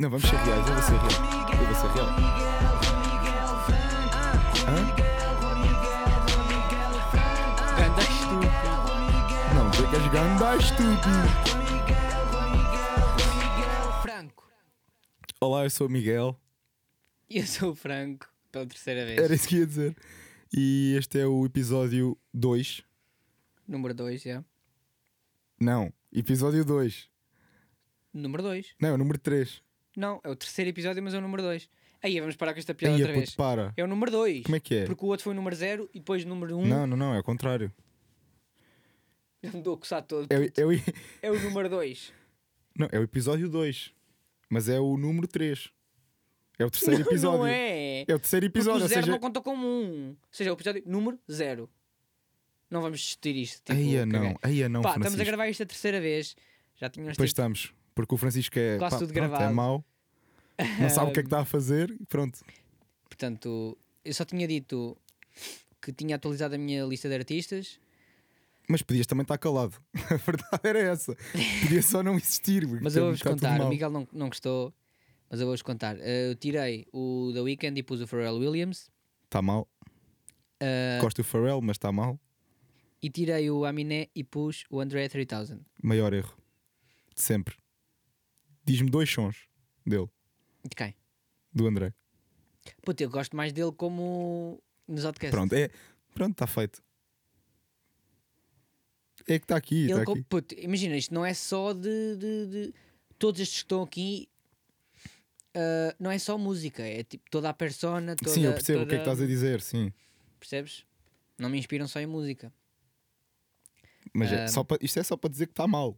Não, vamos ser reais, eu vou ser real. Eu vou ser real. Hã? Ganda estúpido. Não, tu é que és ganda estúpido. Franco. Olá, eu sou o Miguel. E eu sou o Franco, pela terceira vez. Era isso que ia dizer. E este é o episódio 2. Número 2, já. Não, episódio 2. Número 2. Não, é o número 3. Não, é o terceiro episódio, mas é o número 2. Aí, vamos parar com esta piada Aí, outra vez. puto, para. É o número 2. Como é que é? Porque o outro foi o número 0 e depois o número 1. Um. Não, não, não, é o contrário. Já me dou a coçar todo. É, o- é, o, É o número 2. não, é o episódio 2. Mas é o número 3. É o terceiro episódio. Não é. É o terceiro Porque episódio, o ou 0 seja. não contou como 1. Um. Ou seja, é o episódio número 0. Não vamos discutir isto. Tipo, Aí é não, caguei. aí é não, Pá, Francisco. estamos a gravar isto a terceira vez. Já tínhamos Depois tido- estamos, porque o Francisco é, tipo, Quase pá, tudo pronto, é gravado. mau, não sabe o que é que está a fazer e pronto. Portanto, eu só tinha dito que tinha atualizado a minha lista de artistas. Mas podias também estar calado. A verdade era essa. Podia só não existir. porque Mas eu vou-vos está é um tudo contar. O mal. Miguel não, não gostou, mas eu vou-vos contar. Eh, eu tirei o The Weeknd e pus o Pharrell Williams. Está mal. Ah. Gosto do Pharrell, mas tá está mal. E tirei o Aminé e pus o André 3000. Maior erro. De sempre. Diz-me dois sons dele, De quem? do André. Puta, eu gosto mais dele como nos outcasts. Pronto, é. Pronto, está feito. É que está aqui, está Ele aqui. com- puto, imagina, isto não é só de, de- de- todos estes que estão aqui. ah, não é só música, é tipo toda a persona, toda, sim, eu percebo o que é que toda- estás a dizer, sim. Percebes? Não me inspiram só em música. Mas é Ah. só pa- isto é só para dizer que está mal.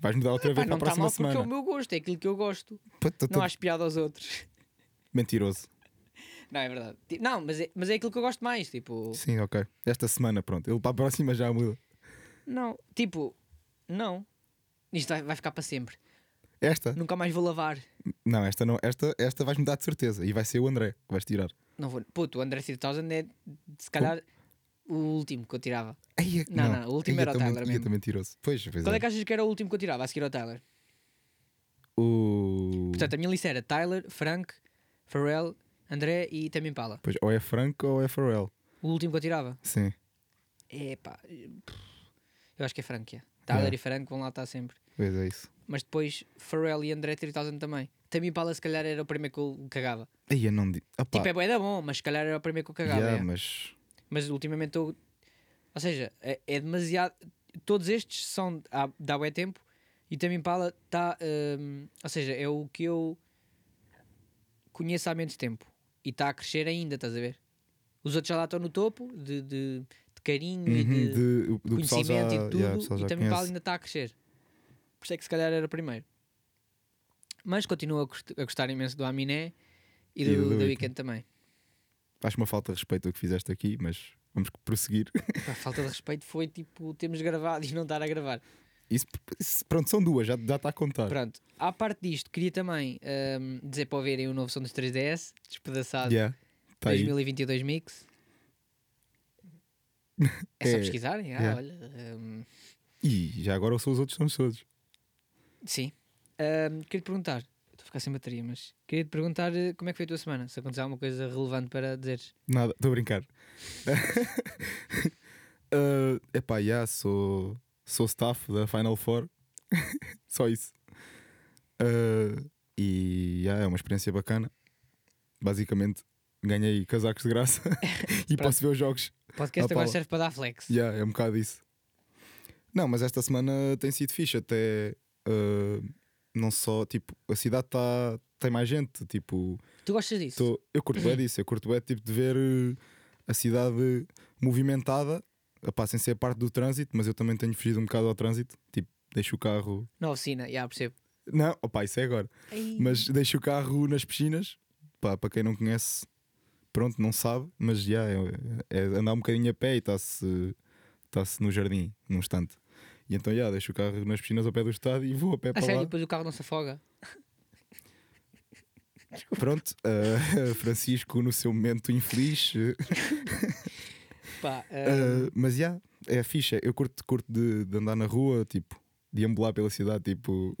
Vais mudar outra Pá, vez para não a está próxima mal porque é o semana. meu gosto, é aquilo que eu gosto. Pá, tá- tá- Não acho piada aos outros. Mentiroso. Não, é verdade. Ti- Não, mas é, mas é aquilo que eu gosto mais. Tipo, Sim, ok. Esta semana, pronto. Ele para a próxima já muda. não, tipo, não. Isto vai, vai ficar para sempre. Esta? Nunca mais vou lavar. Não, esta não. Esta, esta vais mudar de certeza. E vai ser o André que vais tirar. Não vou. Puto, o André 3000 é se calhar o último que eu tirava. Ai, é- Não, não, o último Ai, é era o tão men- Tyler ai, é mesmo. tão mentiroso. Pois, pois Qual é. é que achas que era o último que eu tirava a seguir ao Tyler? O... Portanto, é- a minha lista era Tyler, Frank, Pharrell, André e também Pala. Pois, ou é Franco ou é Pharrell. O último que eu tirava. Sim. É pá. Eu acho que é Frank. é. Tyler Yeah. e Frank vão lá estar sempre. Pois é isso. Mas depois Pharrell e André 3000 também. Também Pala, se calhar, era o primeiro que eu cagava. Aí eu não digo. Tipo, é bué da bom, mas se calhar era o primeiro que eu cagava. é. mas... mas. ultimamente eu. Ou seja, é, é demasiado. Todos estes são há, dá bué tempo e também Pala está. ou seja, é o que eu conheço há menos tempo e está a crescer ainda, estás a ver? Os outros já lá estão no topo de, de- de carinho e Uhum, de, de- o- do pessoal já, conhecimento e de tudo yeah, o pessoal e já também Pala conhece. ainda está a crescer. Por isso é que se calhar era o primeiro. Mas continuo a, gost- a gostar imenso do Aminé e do, do do, Weeknd. Weekend também. Acho uma falta de respeito o que fizeste aqui, mas vamos prosseguir. Pá, falta de respeito foi tipo termos gravado e não estar a gravar. Isso, isso- pronto, são duas, já já está a contar. Pronto, à parte disto, queria também ahm, dizer para ouvirem o novo som dos 3DS, despedaçado Yeah. Tá aí. 2022 Mix. É só É, pesquisarem? Ah, yeah. olha. ahm, E já agora são os outros sons todos. sim. Ahm, queria te perguntar, estou a ficar sem bateria, mas queria te perguntar eh, como é que foi a tua semana? Se aconteceu alguma coisa relevante para dizeres. Nada, estou a brincar. uh, epá, yeah, sou, sou staff da Final Four. Só isso. Uh, e yeah, é uma experiência bacana. Basicamente, ganhei casacos de graça e Pronto. posso ver os jogos. O podcast Ah, agora Paula. serve para dar flex. Yeah, é um bocado isso. Não, mas esta semana tem sido fixe. Até uh, não só, tipo, a cidade tá, tem mais gente. Tipo, Tu gostas disso? Tô- eu curto é disso, eu curto é tipo de ver eh, a cidade movimentada, Epá, sem ser parte do trânsito, mas eu também tenho fugido um bocado ao trânsito, tipo, deixo o carro. Na oficina, já percebo. Não, opá, isso é agora. Ei. Mas deixo o carro nas piscinas, Pá, para quem não conhece, pronto, não sabe, mas já é, é andar um bocadinho a pé e está-se tá-se no jardim, num instante. E então, já, deixo o carro nas piscinas ao pé do estádio e vou a pé a para sério, lá. depois o carro não se afoga. Pronto, eh, Francisco, no seu momento infeliz, eh, Pá, ahm, Uh, mas já, é ficha. Eu curto, curto de, de andar na rua, tipo, de ambular pela cidade, tipo.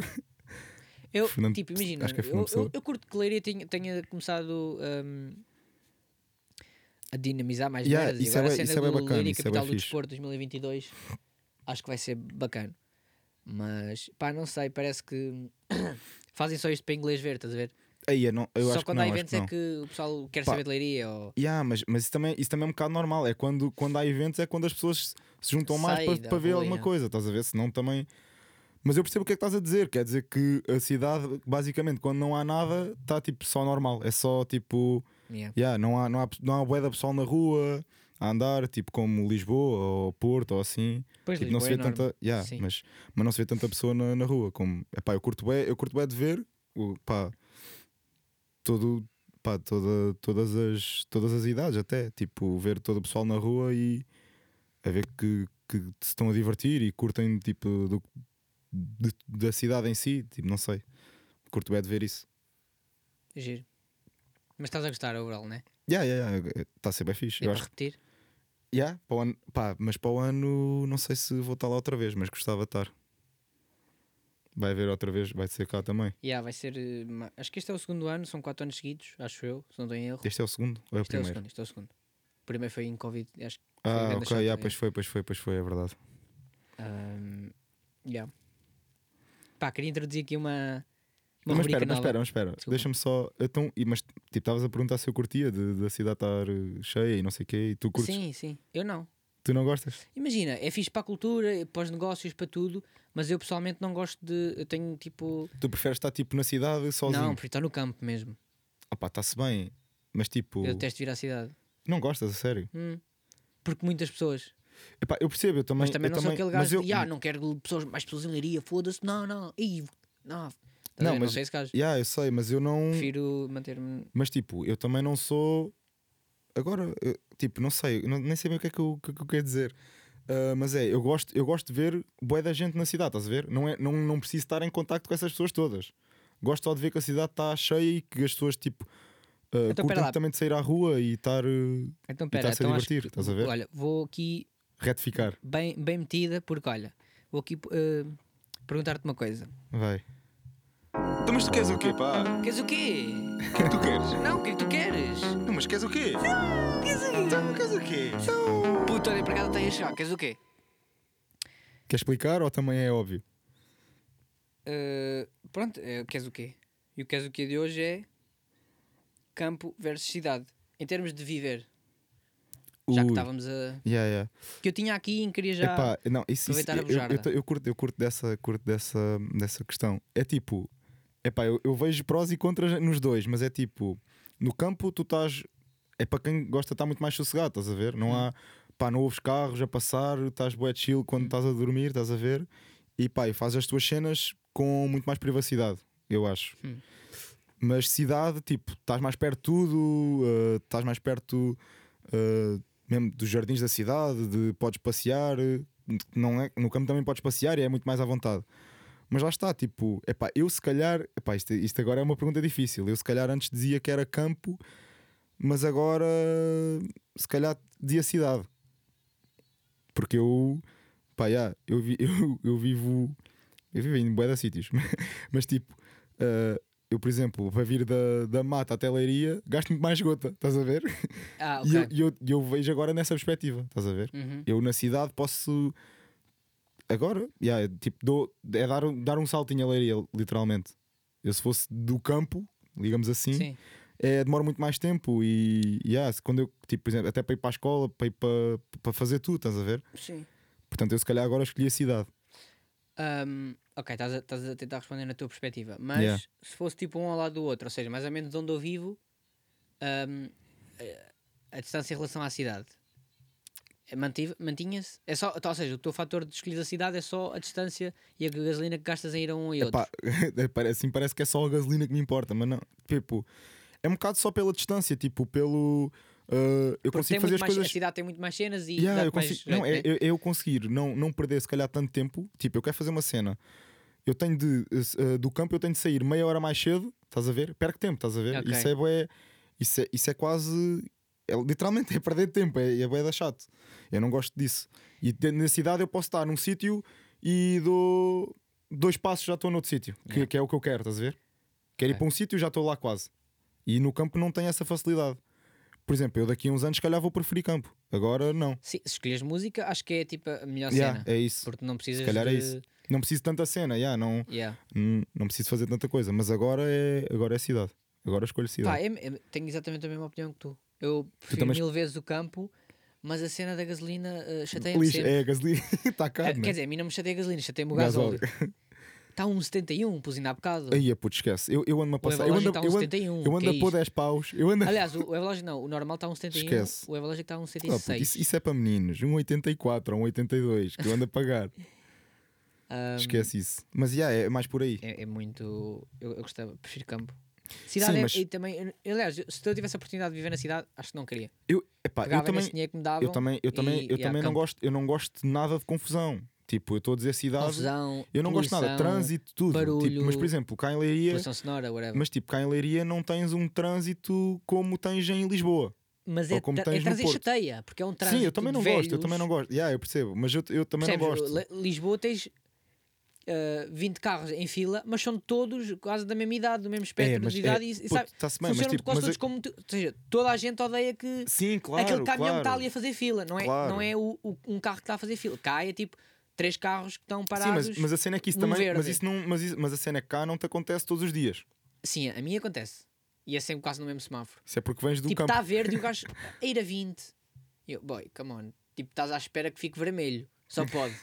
Eu, Fernando- tipo, imagina, acho que é eu, Fernando eu, Pessoa. eu curto que Leiria tenha, tenha começado hum, a dinamizar mais Yeah, merdas. E isso é agora bué- a isso é cena bué do bacana, Leiria isso é bué Capital do fixe. Desporto 2022 acho que vai ser bacana. Mas, pá, não sei, parece que fazem só isto para inglês ver, estás a ver? Aí, eu não, eu só acho quando que não, há acho eventos que não. é que o pessoal quer Pá. saber de Leiria ou... Yeah, mas, mas isso, também, isso também é um bocado normal. É quando, quando há eventos, é quando as pessoas se juntam mais Saem para, da para ver rua, alguma yeah. coisa, estás a ver? Senão também. Mas eu percebo o que é que estás a dizer. Quer dizer que a cidade, basicamente, quando não há nada, está tipo só normal. É só tipo. Yeah. Yeah, não há, não há, não há bué de pessoal na rua a andar, tipo como Lisboa ou Porto ou assim. Pois, Tipo, não se vê Lisboa é enorme. tanta, yeah, Sim. mas, mas não se vê tanta pessoa na, na rua como, epá, eu curto bem, eu curto bem de ver, o- pá, todo, pá, toda, todas as todas as idades até, tipo, ver todo o pessoal na rua e a ver que, que se estão a divertir e curtem tipo do- de- da cidade em si, tipo, não sei. Curto bem de ver isso. Giro. Mas estás a gostar overall, né? Yeah, yeah, yeah, está a ser bem fixe. É Eu para acho, repetir. yeah, para o ano, pá, mas para o ano não sei se vou estar lá outra vez, mas gostava de estar. Vai haver outra vez, vai ser cá também. Yeah, vai ser. eh, ma- Acho que este é o segundo ano, são 4 anos seguidos, acho eu, se não estou em erro. Este é o segundo? Ou é o Este é o primeiro? segundo, este é o segundo. O primeiro foi em Covid, acho que. foi ah, grande ok, chata, ah, é. pois foi, pois foi, pois foi, é verdade. ahm, yeah. Pá, queria introduzir aqui uma. Uma Mas espera, rubrica mas nova. espera, mas espera, Desculpa. deixa-me só. Então, e, mas tipo, estavas a perguntar se eu curtia de- da cidade estar eh, cheia e não sei o quê, e tu curtes? Sim, sim. Eu não. Tu não gostas? Imagina, é fixe para a cultura, é para os negócios, para tudo, mas eu pessoalmente não gosto de. Eu tenho tipo. Tu preferes estar tipo na cidade Não, sozinho? porque está no campo mesmo. Opá, está-se bem, mas tipo, Eu detesto vir à cidade. não gostas, a sério? Hum. Porque muitas pessoas. Epá, eu percebo, eu também. Mas também eu não sou também aquele mas gajo eu, hum, de ah, não quero pessoas, mais pessoas em leiria, foda-se, não, não, e não. Estás a Não, ver? não mas- um- sei esse gajo. Yeah, eu sei, mas eu não. Prefiro manter-me. Mas tipo, eu também não sou. Agora, eu- tipo, não sei, não- nem sei bem o que é que eu, que- que eu quero dizer. Ah, mas é, eu gosto, eu gosto de ver boé da gente na cidade, estás a ver? Não, é, não, não preciso estar em contacto com essas pessoas todas. Gosto só de ver que a cidade está cheia e que as pessoas, tipo, ah, Então, pera lá. curtem também de sair à rua e estar. ah, Então, e pera, estar-se a então acho divertir, estás a ver? Olha, vou aqui retificar. bem, bem metida, porque olha, vou aqui eh, perguntar-te uma coisa. Vai. Então, mas tu queres o quê, pá? Queres o quê? O que é que tu queres? Não, o que é que tu queres? Não, mas queres o quê? Queres o quê? Então. Não, queres o quê? Puta, olha para cá, tem a chegar, queres o quê? Quer explicar ou também é óbvio? Eh, pronto, eh, queres o quê? E o queres o quê de hoje é campo versus cidade, em termos de viver, já que Ui. estávamos a. Yeah, yeah. Que eu tinha aqui e queria já. Epá, não, isso, isso- aproveitar a eu- eu, eu, bujarda. ta- eu curto, eu curto, dessa, curto dessa, dessa questão. É tipo, epá, eu, eu vejo prós e contras nos dois, mas é tipo, no campo tu estás. É para quem gosta de estar muito mais sossegado, estás a ver? Uhum. Não há. Pá, não ouves carros a passar, estás bué chill Uhum. quando estás a dormir, estás a ver? E pá, e fazes as tuas cenas com muito mais privacidade, eu acho. Hum. Mas cidade, tipo, estás mais perto de tudo, eh, estás mais perto eh, mesmo dos jardins da cidade, de podes passear, eh, não é, no campo também podes passear e é muito mais à vontade. Mas lá está, tipo, epá, eu se calhar, epá, isto, isto agora é uma pergunta difícil. Eu se calhar antes dizia que era campo, mas agora se calhar dizia cidade. Porque eu, pá, já, eu, vi- eu, eu vivo, eu vivo em bué de sítios, mas tipo, ah, eu por exemplo, para vir da, da mata até a leiria, gasto muito mais gota, estás a ver? Ah, E ok. eu- E eu, e eu vejo agora nessa perspectiva, estás a ver? Uhum. Eu na cidade posso. Agora, yeah, é tipo, dou, é dar, um- dar um saltinho à leiria, literalmente. Eu se fosse do campo, digamos assim, Sim. é, demora muito mais tempo. E yeah, se- quando eu, tipo, por exemplo, até para ir para a escola, para ir para, para fazer tudo, estás a ver? Sim. Portanto, eu se calhar agora escolhi a cidade. Hum, ok, estás a, estás a tentar responder na tua perspectiva, mas Yeah. se fosse tipo um ao lado do outro, ou seja, mais ou menos de onde eu vivo, hum, eh, a distância em relação à cidade eh, mantive- mantinha-se? É só, ou seja, o teu fator de escolher a cidade é só a distância e a gasolina que gastas em ir a um e outro. Epá, parece, assim parece que é só a gasolina que me importa, mas não. Tipo, é um bocado só pela distância, tipo, pelo. ah, eu Porque tem consigo fazer muito as mais, coisas. a cidade tem muito mais cenas e Yeah, dá-te eu mais consigo- jeito, não, é, né? eu, eu conseguir não, não perder se calhar tanto tempo. Tipo, eu quero fazer uma cena. Eu tenho de eh, do campo eu tenho de sair meia hora mais cedo, estás a ver? Perco tempo, estás a ver? Ok. Isso é bué, isso é, isso é quase é literalmente é perder tempo, é, é bué da chato. Eu não gosto disso. E de- na cidade eu posso estar num sítio e dou dois passos já estou noutro sítio, que, Yeah. que é o que eu quero, estás a ver? Quero ir Ok. para um sítio já estou lá quase. E no campo não tem essa facilidade. Por exemplo, eu daqui a uns anos, se calhar, vou preferir campo. Agora não. Sim, se escolheres música, acho que é tipo a melhor Yeah, cena. é isso. Porque não precisas calhar é de... isso. Não preciso de tanta cena, yeah, não, Yeah. hum, não preciso fazer tanta coisa. Mas agora é, agora é cidade. Agora escolho cidade. Pá, é- é- tenho exatamente a mesma opinião que tu. Eu prefiro também- mil vezes o campo, mas a cena da gasolina eh, chateia-me Lixo, sempre. é a gasolina. Está Ah, caro, né? Quer dizer, a mim não me chateia a gasolina, chateia-me o Gás gás Tá um óleo. óleo. Está a 1,71, pus ainda há bocado. Aí, puto, esquece. Eu, eu ando a O passar. Eu Evalogem ando, está a eu ando, 1,71. eu que ando é a pôr isto? 10 paus. Eu ando a. Aliás, o, o Evalogem não, o normal tá um está a 1,71. Esquece. O tá um Evalogem está a 1,76. Ah, puto, isso, isso é para meninos. Um 84 ou um 82 que eu ando a pagar. Ahm, Esquece isso. Mas já é mais por aí. é, é muito. Eu, eu gostava, prefiro campo. Cidade Sim, é, mas- e também. Aliás, se eu tivesse a oportunidade de viver na cidade, acho que não queria. Ah, Eu, epá, eu é. Pegava também, nesse dinheiro que me davam. eu também, eu também, e- eu e há também não campo. gosto, eu não gosto de nada de confusão. Tipo, eu estou a dizer cidade, Confusão, eu não gosto de nada, poluição, trânsito, tudo. tipo, barulho, mas por exemplo, cá em Leiria, Poluição sonora, whatever. mas tipo, cá em Leiria não tens um trânsito como tens em Lisboa. Mas Ou é, como tra- tens é no trânsito Porto. chateia, porque é um trânsito. Sim, eu também de não gosto, eu velhos. também não gosto. Yeah, eu percebo, mas eu, eu também não Percebes? gosto. Le- Lisboa tens ah, 20 carros em fila, mas são todos quase da mesma idade, do mesmo espectro mas de é- idade. e- e, puto, sabe, tá-se bem, mas, funcionam tipo, quase mas todos eu- como. tu- ou seja, toda a gente odeia que Sim, claro. aquele caminhão está claro. ali a fazer fila. Não é, Claro. não é o, o- um carro que está a fazer fila. Cá é tipo três carros que estão Sim, parados. mas, mas a cena é que isso no também, mas verde. isso não, mas, isso- mas a cena é que cá não te acontece todos os dias. Sim, a mim acontece. E é sempre quase no mesmo semáforo. Isso é porque vens do tipo, campo. está verde e o gajo a ir a 20. E eu, boy, come on. Tipo, estás à espera que fique vermelho. Só pode.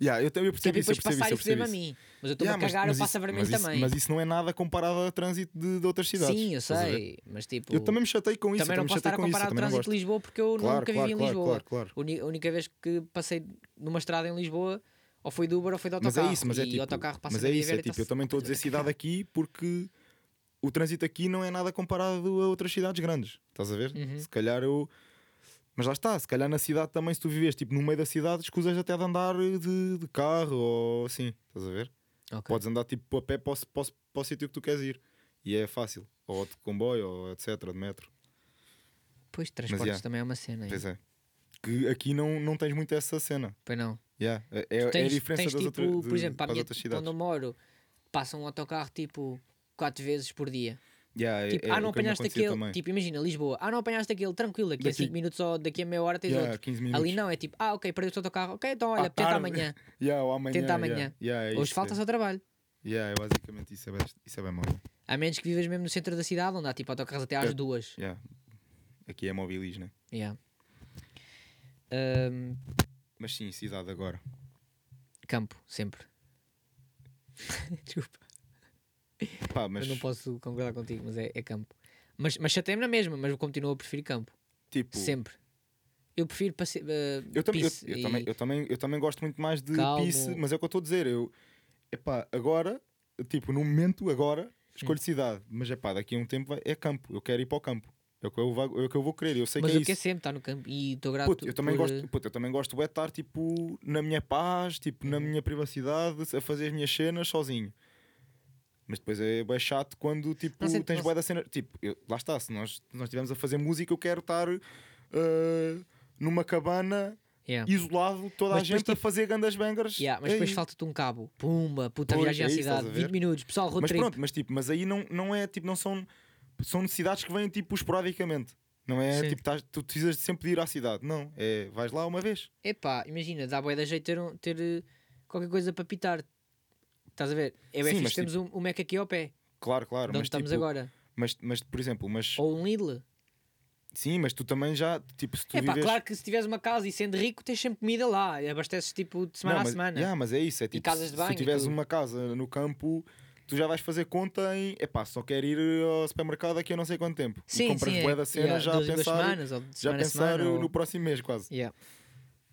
Yeah, eu, te- eu Tipo, percebo e isso, eu depois percebo passar isso, e eu percebo foder-me a isso. mim. Mas eu estou-me Yeah, a mas- cagar, mas eu passo a isso- mas vermelho isso- também. mas isso não é nada comparado a trânsito de, de outras cidades. Sim, eu estás a ver? sei. Mas tipo, Eu também me chatei com isso. também eu não me posso estar chatei com a isso, comparar eu o também não trânsito gosto. de Lisboa porque eu Claro, nunca claro, vivi em claro, Lisboa. claro, claro. A uni- a única vez que passei numa estrada em Lisboa, ou foi de Uber ou foi de Mas autocarro. é isso, mas é e tipo. autocarro passa mas na é minha isso, é beira e tipo. tá-se- Eu também estou a dizer cidade aqui porque o trânsito aqui não é nada comparado a outras cidades grandes. Estás a ver? Uhum. Se calhar eu. Mas lá está, se calhar na cidade também, se tu vives tipo no meio da cidade, escusas até de andar de, de carro ou assim. Estás a ver? Ok. Podes andar tipo a pé para o, para, o- para o sítio que tu queres ir. E é fácil. Ou de comboio, ou etc., de metro. Pois, transportes yeah. também é uma cena. hein? Pois é. Que aqui não, não tens muito essa cena. Pois não. Yeah, É, é- Tu é a tens- diferença tens, das tipo, outras, de, Por exemplo, para para a as minha, tipo, outras cidades. onde eu moro, passa um autocarro tipo 4 vezes por dia. Yeah, é- Tipo, é ah, não o que me apanhaste acontecia aquele. também. Tipo, imagina, Lisboa. Ah, não apanhaste aquele, tranquilo, daqui a Daqui- 5 minutos ou daqui a meia hora tens Yeah, outro. 15 minutos. Ali não, é tipo, ah, ok, perdeste o autocarro. Ok, então olha, À tenta tarde. amanhã. Yeah, ou amanhã, Tenta yeah, amanhã. yeah, é Hoje isso, faltas é. ao trabalho. Yeah, é basicamente isso. É, bas- isso é bem mau. A menos que vivas mesmo no centro da cidade, onde há tipo autocarros até às É. duas. Yeah. Aqui é mobilis, né? Yeah. Ahm, Mas sim, cidade agora. campo, sempre. Desculpa, Pá, mas eu não posso concordar contigo, mas é, é campo. Mas, mas chateia-me na mesma, mas eu continuo a preferir campo. tipo. Sempre. Eu prefiro passe... eh, Eu, tam eu, peace eu e- também, eu, também, eu também gosto muito mais de Calmo. peace, mas é o que eu estou a dizer. Eu, epá, agora, tipo, no momento, agora, escolho cidade, mas epá, daqui a um tempo vai- é campo. Eu quero ir para o campo. É o que eu, va- é o que eu vou querer. Eu sei Mas que é eu isso. quero sempre estar no campo e estou grato. Puto, eu também por, gosto, eh, puto, eu também gosto de estar tipo na minha paz, tipo Uhum. na minha privacidade, a fazer as minhas cenas sozinho. Mas depois é bem chato quando tipo Não sei- tens não bué da cena, tipo, eu- lá está, se nós se nós estivermos a fazer música, eu quero estar eh, numa cabana yeah. isolado, toda É. Mas a depois, tipo gente a fazer gandas bangers. Yeah, mas É depois isso. falta-te um cabo. Pumba, puta Pois, viagem é à isso, estás cidade, a 20 ver? minutos, pessoal, road Mas trip. pronto, mas tipo, mas aí não, não é tipo, não são são necessidades que vêm tipo esporadicamente. Não é Sim. tipo, tás- tu precisas de sempre de ir à cidade. Não, é vais lá uma vez. Epá, imagina, dá boia da jeito ter, um- ter eh, qualquer coisa para pitar. Estás a ver? É Sim, bem mas fixe, temos um, um Mac aqui ao pé, Claro, claro, de onde mas estamos tipo, agora. mas mas por exemplo, mas Ou um Lidl. sim, mas tu também já, tipo, se tu Epá, vives claro que se tiveres uma casa e sendo rico, tens sempre comida lá. e Abasteces tipo de semana Não, a mas, semana. yeah, mas é isso, é tipo, casas de se, se banho tu e tiveres tudo. uma casa no campo, tu já vais fazer conta em, epá, só quero ir ao supermercado daqui a não sei quanto tempo. e Sim, compras sim. bué é- da cena yeah, já duas, a duas pensar, semanas, ou de já a semana a pensar semana, no ou- próximo mês quase. Yeah.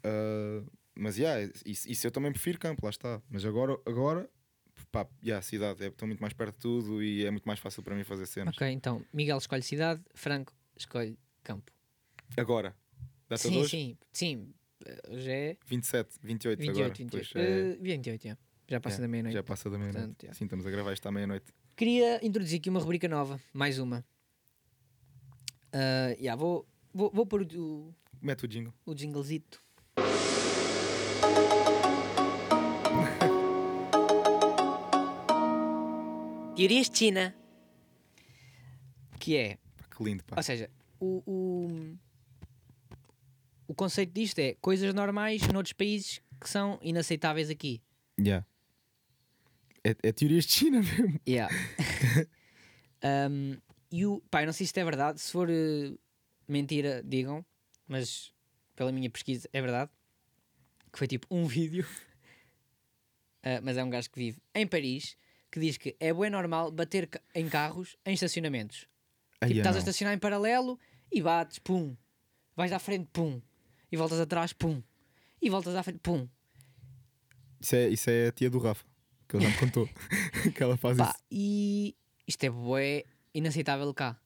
Uh, mas yeah, isso, isso eu também prefiro campo, lá está. Mas agora, agora pá, yeah, cidade, é, estou muito mais perto de tudo e é muito mais fácil para mim fazer cenas. Ok, então Miguel escolhe cidade, Franco escolhe campo. Agora, data de Sim, hoje, sim, sim. eh, Hoje é 27, 28, 28, agora. 28. Pois, é, Eh, 28, yeah. já passa yeah, da meia-noite. Já passa da meia-noite. Portanto, yeah. Sim, estamos a gravar isto à meia-noite. Queria introduzir aqui uma rubrica nova, mais uma. Ah, yeah, vou, vou, vou pôr o, Mete o jingle. o jinglezito. Teorias de China. Que é, Pá, que lindo, pá. ou seja, o, o, o conceito disto é coisas normais noutros países que são inaceitáveis aqui. Yeah. É, é teorias de China mesmo. Yeah. Um, e o pá, eu não sei se isto é verdade, se for eh, mentira, digam, mas pela minha pesquisa é verdade. Que foi tipo um vídeo, Ah, mas é um gajo que vive em Paris que diz que é bem normal bater ca- em carros em estacionamentos. Ai, Tipo, é, estás não. a estacionar em paralelo e bates, pum. Vais à frente, pum. E voltas atrás, pum. E voltas à frente, pum. Isso, é, isso é a tia do Rafa, que ele já me contou. que ela faz Pá, isso. e isto é bué inaceitável cá.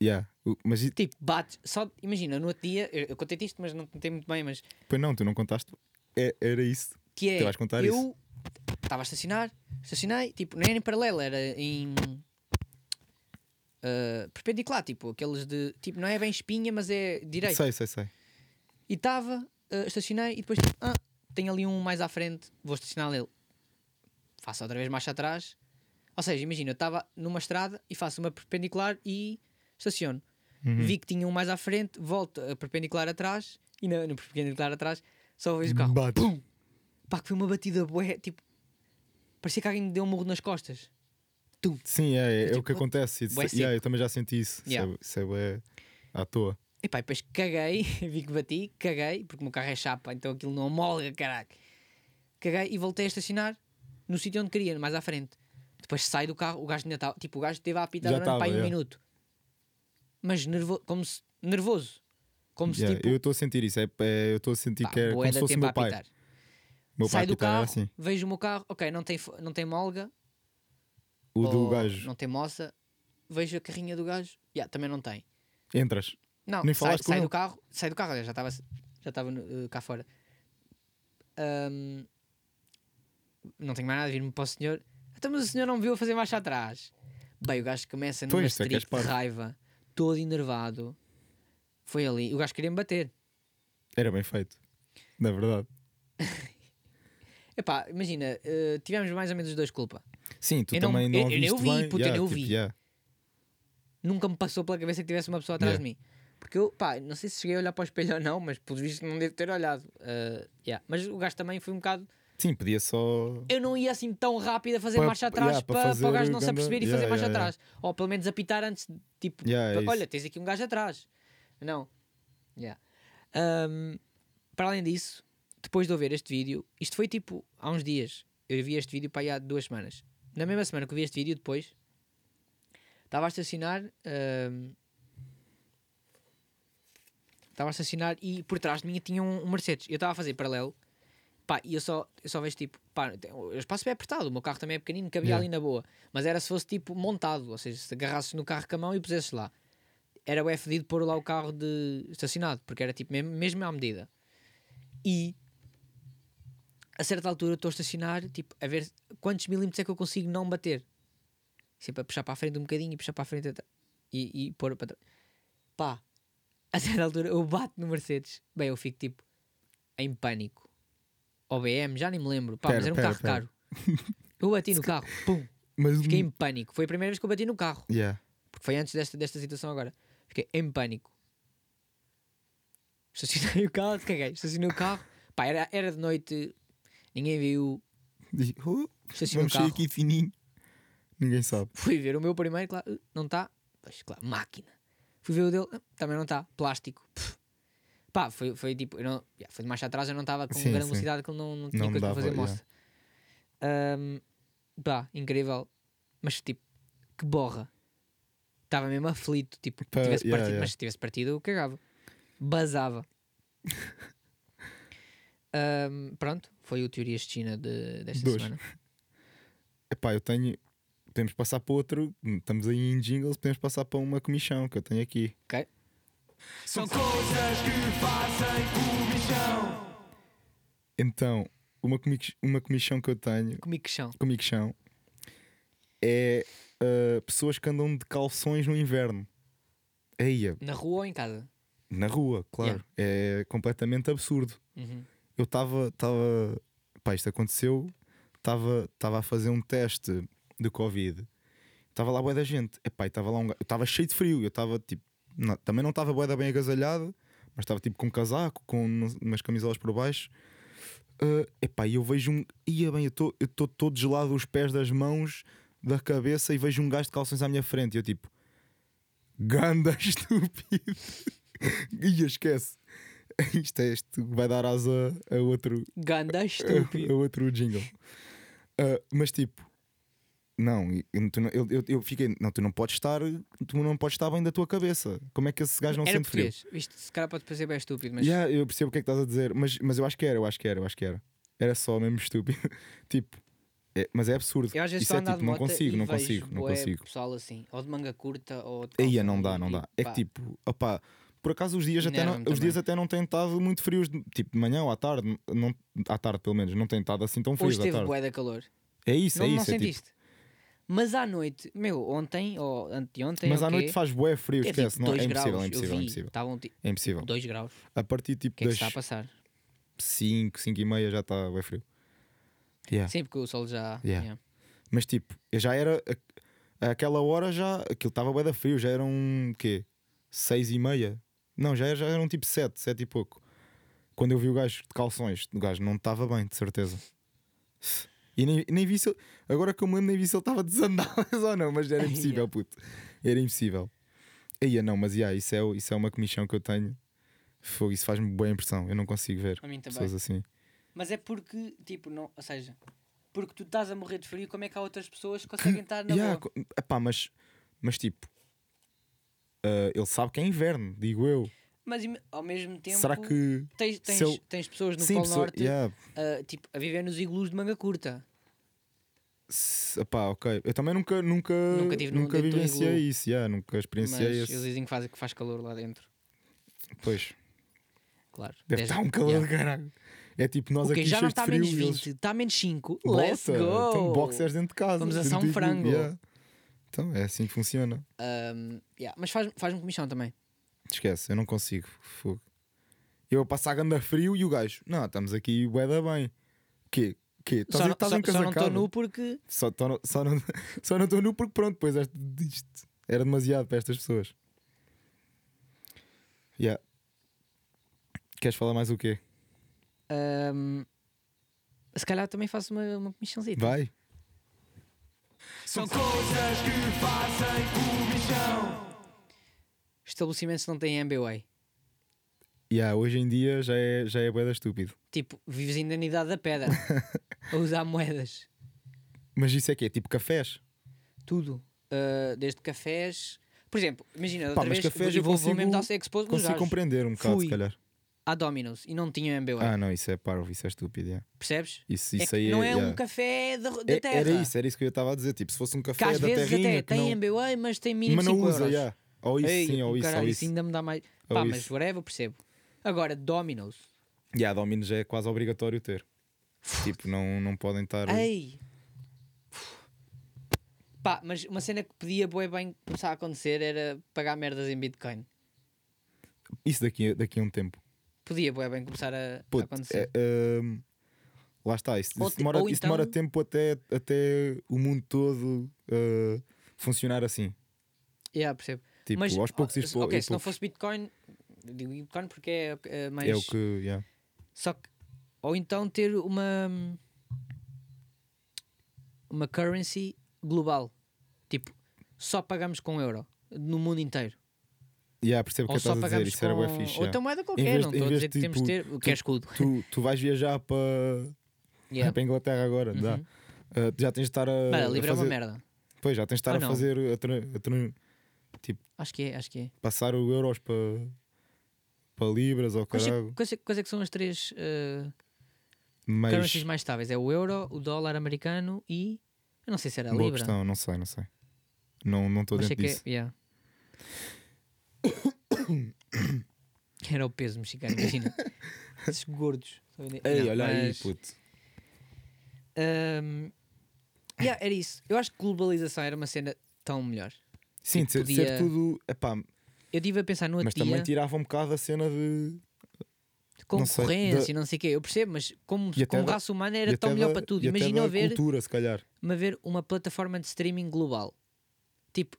Yeah. O- Mas e- Tipo, bates, só imagina, no outro dia, eu, eu contei isto, mas não contei muito bem, mas pois não, tu não contaste. É- era isso. que é Tu vais contar eu isso. estava a estacionar, estacionei, tipo, não era em paralelo, era em ah, perpendicular, tipo, aqueles de tipo, não é bem espinha, mas é direito. Sei, sei, sei. E estava, ah, estacionei e depois tipo, ah, tem ali um mais à frente, vou estacionar nele. Faço outra vez marcha atrás. Ou seja, imagina, eu estava numa estrada e faço uma perpendicular e estaciono. Vi que tinha um mais à frente, volto a perpendicular atrás e na- no, perpendicular atrás só vejo o carro. Bate. Pum! Pá, que foi uma batida bué, tipo, parecia que alguém me deu um murro nas costas. Sim, é, é, é Tipo, o que acontece. Isso- bué yeah, seco. eu também já senti isso. Isso é- Yeah. Isso é bué à toa. E pá, e depois caguei, vi que bati, caguei, porque o meu carro é chapa, então aquilo não molga, caraca. Caguei e voltei a estacionar no sítio onde queria, mais à frente. Depois sai do carro, o gajo ainda estava, tipo, o gajo esteve a apitar Já durante pá, tava, aí um yeah. minuto. Mas nervo, como se, nervoso. Como se Yeah, tipo, Eu estou a sentir isso. É, é- eu estou a sentir pá, que é bué como se da fosse tempo a meu pai. apitar. Meu pai Sai do apitar carro, era assim. vejo o meu carro, ok, não tem, fo- não tem molga, O do ou gajo. não tem moça, vejo a carrinha do gajo, yeah, também não tem. Entras. Não, Nem sai, falaste com sai ele? do carro, sai do carro, aliás, já estava já estava no- eh, cá fora. Ahm, não tenho mais nada a vir-me para o senhor. Então, mas o senhor não me viu a fazer marcha atrás. Bem, o gajo começa numa Pois, tu é que és street de parvo. raiva, todo enervado. Foi ali, o gajo queria me bater. Era bem feito. Na verdade. Epá, imagina, eh, tivemos mais ou menos os dois culpa. Sim, tu Eu não- também eu- não, eu nem ouviste o vi, bem. puto, eu yeah, nem o tipo, vi. yeah. Nunca me passou pela cabeça que tivesse uma pessoa atrás Yeah. de mim. Porque eu, pá, não sei se cheguei a olhar para o espelho ou não, mas pelo visto não devo ter olhado. Ah, yeah. Mas o gajo também foi um bocado Sim, podia só. eu não ia assim tão rápido a fazer Pa- marcha pa- atrás yeah, pa para, para fazer o gajo não se ganda- aperceber e yeah, fazer marcha yeah, yeah. atrás. Ou pelo menos apitar antes, tipo, Yeah, é pa- isso. olha, tens aqui um gajo atrás. Não. Yeah. Ahm, para além disso, depois de eu ver este vídeo, isto foi tipo há uns dias. Eu vi este vídeo para aí há duas semanas. Na mesma semana que eu vi este vídeo, depois estava a estacionar. ahm, Estava a estacionar e por trás de mim tinha um, um Mercedes. Eu estava a fazer paralelo Pá, e eu só, eu só vejo tipo, pá, tem- o espaço é apertado, o meu carro também é pequenino, cabia Yeah. ali na boa. Mas era se fosse tipo montado, ou seja, se agarrasses no carro com a mão e pusesses lá. Era o FD de pôr lá o carro de estacionado, porque era tipo mesmo, mesmo à medida. E a certa altura eu estou a estacionar, tipo, a ver quantos milímetros é que eu consigo não bater. Sempre a puxar para a frente um bocadinho e puxar para a frente atra- e, e pôr para trás. Pá, a certa altura eu bato no Mercedes. Bem, eu fico tipo em pânico. OBM, já nem me lembro. Pá, Pera, mas era um pera, carro pera. caro. Eu bati no carro, pum, Mas fiquei em pânico. Foi a primeira vez que eu bati no carro, Hum, yeah. porque foi antes desta, desta situação agora. Fiquei em pânico. Estacionei o carro, caguei. Estacionei o carro, pá, era, era de noite, ninguém viu. Diz, "Oh, Estacionei o vamos sair um carro. aqui fininho. Ninguém sabe. Fui ver o meu primeiro, claro, uh, não está. Pois, claro, máquina. Fui ver o dele, ah, também não está. Plástico. Pff. Pá, foi, foi tipo, eu não, yeah, foi de marcha atrás, eu não estava com Sim, grande sim. velocidade, que não, não tinha Não coisa para dava, fazer yeah. mostra. Ahm, pá, incrível. Mas tipo, que borra. Estava mesmo aflito, tipo, Pá, tivesse yeah, partido, yeah. mas se tivesse partido eu cagava. Basava. Ahm, pronto, foi o Teorias de China de, desta Dois. semana. Epá, eu tenho. Podemos passar para outro. Estamos aí em jingles, podemos passar para uma comissão que eu tenho aqui. Ok? São coisas que fazem comichão. Então, uma, comi uma comissão que eu tenho, Comi que chão. comissão, é ah, pessoas que andam de calções no inverno. Eia, Na rua ou em casa? na rua, claro. É completamente absurdo. Uhum. eu estava. Tava, pá, isto aconteceu. Estava a fazer um teste do Covid, estava lá boa da gente. Epá, e estava lá um gajo. Eu estava cheio de frio, eu estava tipo. não- também não estava boa bem agasalhado, mas estava tipo com um casaco, com umas- umas camisolas por baixo. Ah, epá, e eu vejo um. Ia bem, eu estou todo gelado os pés das mãos, da cabeça e vejo um gajo de calções à minha frente. E eu tipo. Ganda estúpido. Ia, esquece. Isto, é, isto vai dar asa a outro, Ganda é estúpido. outro jingle. Ah, mas tipo, não, e- e tu não- eu, eu, eu fiquei, não, tu não podes estar, tu não podes estar bem da tua cabeça. Como é que esse gajo não Era sente frio? português. Isto se calhar pode parecer bem estúpido, mas Yeah, eu percebo o que é que estás a dizer, mas, mas eu acho que era, eu acho que era, eu acho que era. Era só mesmo estúpico. tipo, é- mas é absurdo. eu às vezes Isso estou a é andar tipo, de não moto consigo, e não vejo consigo, não bué consigo. pessoal assim, ou de manga curta ou de Aí calção não dá, e- não e dá. É que pá, tipo, opá, por acaso os dias até não, Enerva-me os também. dias até não têm estado muito frios, de- tipo de manhã ou à tarde, não, à tarde pelo menos, não têm estado assim tão frios Hoje à teve tarde. bué da calor. É isso, não, é não isso, é tipo, sentiste. Mas à noite, meu, ontem ou anteontem. Mas ou à quê, noite faz bué frio, teve, esquece. tipo, não, é dois impossível, graus. é Eu impossível, é vi, impossível. Estavam tipo É impossível. 2 graus. O A partir tipo que é que das está a passar? 5, 5 e meia já está bué frio. Yeah. Sim, porque o sol já. Yeah. yeah. Mas tipo, eu já era. a- Aquela hora já. Aquilo estava bué da frio, já eram quê? 6 e meia? Não, já, já eram tipo 7, 7 e pouco. Quando eu vi o gajo de calções, o gajo não estava bem, de certeza. E nem, nem vi se ele, Agora que eu me lembro, nem vi se ele estava desandadas ou não, mas era Ai, impossível, ia. puto. Era impossível. Aí, não, mas ia, isso, é, o- isso é uma comissão que eu tenho. Fogo, isso faz-me boa impressão. Eu não consigo ver A mim também. pessoas assim. Mas é porque, tipo, não. Ou seja, porque tu estás a morrer de frio, como é que há outras pessoas que conseguem estar na Yeah, boa? co- epá, mas, mas tipo, ah, ele sabe que é inverno, digo eu. Mas ima- ao mesmo tempo. Será que. Tens, tens, se eu- tens pessoas no Sim, Polo pessoa- Norte yeah, a, tipo, a viver nos iglus de manga curta. se- epá, ok. Eu também nunca, nunca, Nunca tive num- dentro de um vivenciei iglu. isso, yeah, nunca Mas experienciei eles isso. dizem que faz, que faz calor lá dentro. Pois, Claro. deve Dez- estar um calor yeah. de caralho. É tipo, nós Ok, aqui já não cheios de está a frio menos e 20, eles- está a menos 5. Bota, Let's go! Então, boxers dentro de casa. Vamos dentro assar um do iglu, frango. yeah. Então, é assim que funciona. Ahm, yeah, Mas faz- faz-me comissão também. Esquece, eu não consigo. Fogo. Eu a passar a ganda frio e o gajo, não, estamos aqui, bué da bem. Quê? Quê? Estás Só, aí- não- estás só- só não estou encasacado? nu porque. Só, tô no- só não só não estou nu porque pronto, depois este- isto era demasiado para estas pessoas. Yeah. Queres falar mais o quê? ahm, se calhar também faço uma, uma comissãozinha. Vai? São coisas que fazem comichão. Estabelecimentos não têm MBA. Yeah, hoje em dia já é, já é boeda estúpido. Tipo, vives ainda na idade da pedra. a usar moedas. Mas isso é que é tipo cafés. Tudo. Ah, desde cafés. Por exemplo, imagina, Pá, outra mas vez cafés eu eu vou, consigo- vou mesmo dar expose nos Consigo gajos. compreender um bocado, Fui. se calhar. Há Dominos e não tinham MBA. Ah, não, isso é parvo, isso é estúpido. yeah. Percebes? Isso, É isso que aí não é, um yeah. café da, da É- terra. Era isso, era isso que eu estava a dizer. Tipo, se fosse um Que café às da vezes terrinha, até que não- tem MBA, mas tem mínimo mas não 5 usa, euros. yeah. ou isso Ei, sim, ou o isso, ou caralho, isso. ainda me dá mais. Ou Pá, isso. mas whatever, percebo. Agora, Dominos. Yeah, Dominos é quase obrigatório ter. Tipo, não, não podem estar. Ei! Pá, mas uma cena que podia bué bem começar a acontecer era pagar merdas em Bitcoin. Isso daqui, a- daqui a um tempo. Podia bué bem começar a, a Puto, acontecer. é, hum, lá está, isso, Ou isso ti- demora, ou isso demora então- tempo até, até o mundo todo uh, funcionar assim. Yeah, percebo. Tipo, mas, aos poucos oh, e se- pou- Ok, e se não poucos. fosse Bitcoin, digo Bitcoin porque é, é mais. É o que. yeah. Só que. Ou então ter uma. Uma currency global. Tipo, só pagamos com euro. No mundo inteiro. Yeah, percebo o que Ou só estás a dizer, pagamos isso era com então bué fixe. yeah. outra moeda qualquer. vez- não em estou a vez dizer que de, tipo, temos de ter. O que é escudo. Tu, tu vais viajar para Yeah. para a Inglaterra agora, dá. Uh, já tens de estar a. Pá, a livre é uma fazer, merda. Pois, já tens de estar Ah, a não. fazer. A tra- a tra- Acho que é, acho que é. passar o euros para. Para Libras ou Quais, caralho. quais, quais é que são as três eh, Mas. currencies mais estáveis? É o euro, o dólar americano e. Eu não sei se era a Boa Libra. questão, não sei, não sei. Não não estou mas sei dentro que é- disso. yeah. Era o peso mexicano, imagina. Esses gordos. sabem- Ei, é- Não, olha aí, mas, tipo, puto. ahm, yeah, era isso. Eu acho que globalização era uma cena tão melhor. Sim, tipo, de ser, de ser podia- tudo. Epá, Eu estive a pensar no mas outro também dia. tirava um bocado a cena de. sei, concorrência da- e não sei o quê. Eu percebo, mas como, E até como da- raça humana E era até tão melhor da- para tudo. e até Imagina da haver, cultura, se calhar. haver uma plataforma de streaming global. Tipo,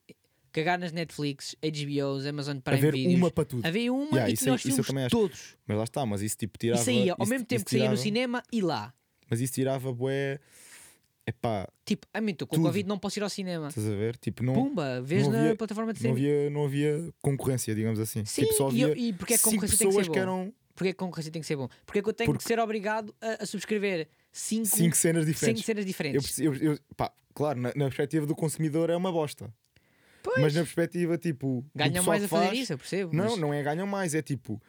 cagar nas Netflix, HBOs, Amazon Prime haver Videos. uma para tudo. Havia uma Yeah, e isso tinha os aí- isso eu filmes também acho. todos. Mas lá está, mas isso tipo tirava. e saía ao isso- mesmo tempo isso que saía no tirava- cinema e lá. Mas isso tirava, bué. Epá, Tipo, a mim, estou com Tudo. Covid, não posso ir ao cinema. estás a ver? Tipo, não, Pumba, vês não na havia- plataforma de não, streaming. havia, não havia concorrência, digamos assim. Sim, tipo, só e, havia eu- e porque é que cinco concorrência tem que pessoas ser que, bom? eram Porque é que concorrência tem que ser bom? Porque é que eu tenho Porque- que ser obrigado a, a subscrever 5 cinco cenas diferentes. cenas Eu diferentes. perce- eu- eu- pá, claro, na, na perspectiva do consumidor é uma bosta. Pois. Mas na perspectiva, tipo. do Ganham pessoal mais que a fazer faz, isso, eu percebo. Não, mas- não é ganham mais, é tipo,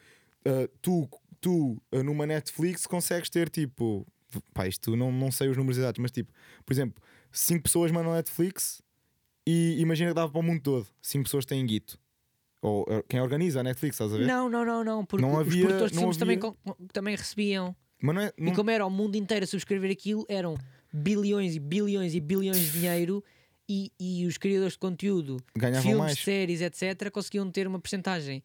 ah, tu, tu ah, numa Netflix consegues ter tipo, pá, isto não, não sei os números exatos, mas tipo, por exemplo, 5 pessoas mandam Netflix e imagina que dava para o mundo todo, 5 pessoas têm guito. Ou ah, quem organiza a Netflix, estás a ver? Não, não, não, não, porque Não os havia- produtores de não filmes também, havia- con- também recebiam. Mas não é. não- E como era o mundo inteiro a subscrever aquilo, eram bilhões e bilhões e bilhões de dinheiro e, e os criadores de conteúdo, Ganhavam filmes, mais. séries, etc., conseguiam ter uma porcentagem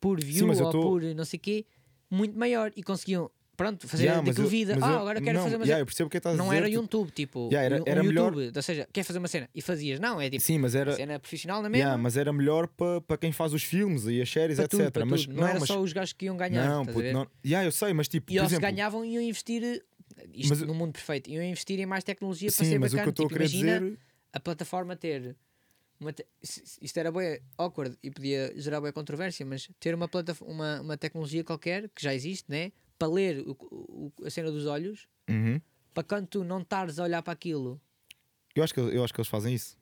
por view mas eu ou tô- por não sei quê muito maior e conseguiam, pronto, fazer Yeah, mas daquilo eu- vida. mas Ah, eu- agora quero não, fazer uma yeah, cena. eu percebo o que é que estás Não a dizer. era tipo, YouTube, tipo, Yeah, era- um era melhor- YouTube, ou seja, quer fazer uma cena e fazias, não, é tipo, Sim, mas era, uma cena profissional na mesma, yeah, mas era melhor para quem faz os filmes e as séries, para etc. tudo, para mas tudo. Não, era mas, só os gajos que iam ganhar, não, estás a puto, ver? não. Yeah, eu sei, mas tipo, E por eles exemplo, ganhavam e iam investir eh, isto Mas- no mundo perfeito, iam investir em mais tecnologia para sim, ser mas o que eu bacana. estou Tipo, a querer imagina dizer. a plataforma ter uma te- s- s- isto era bem awkward e podia gerar bem controvérsia, mas ter uma, plataf- uma, uma tecnologia qualquer que já existe, né? para ler o- o- o- a cena dos olhos, Uhum. para quando tu não estares a olhar para aquilo Eu acho que, eu acho que eles fazem isso.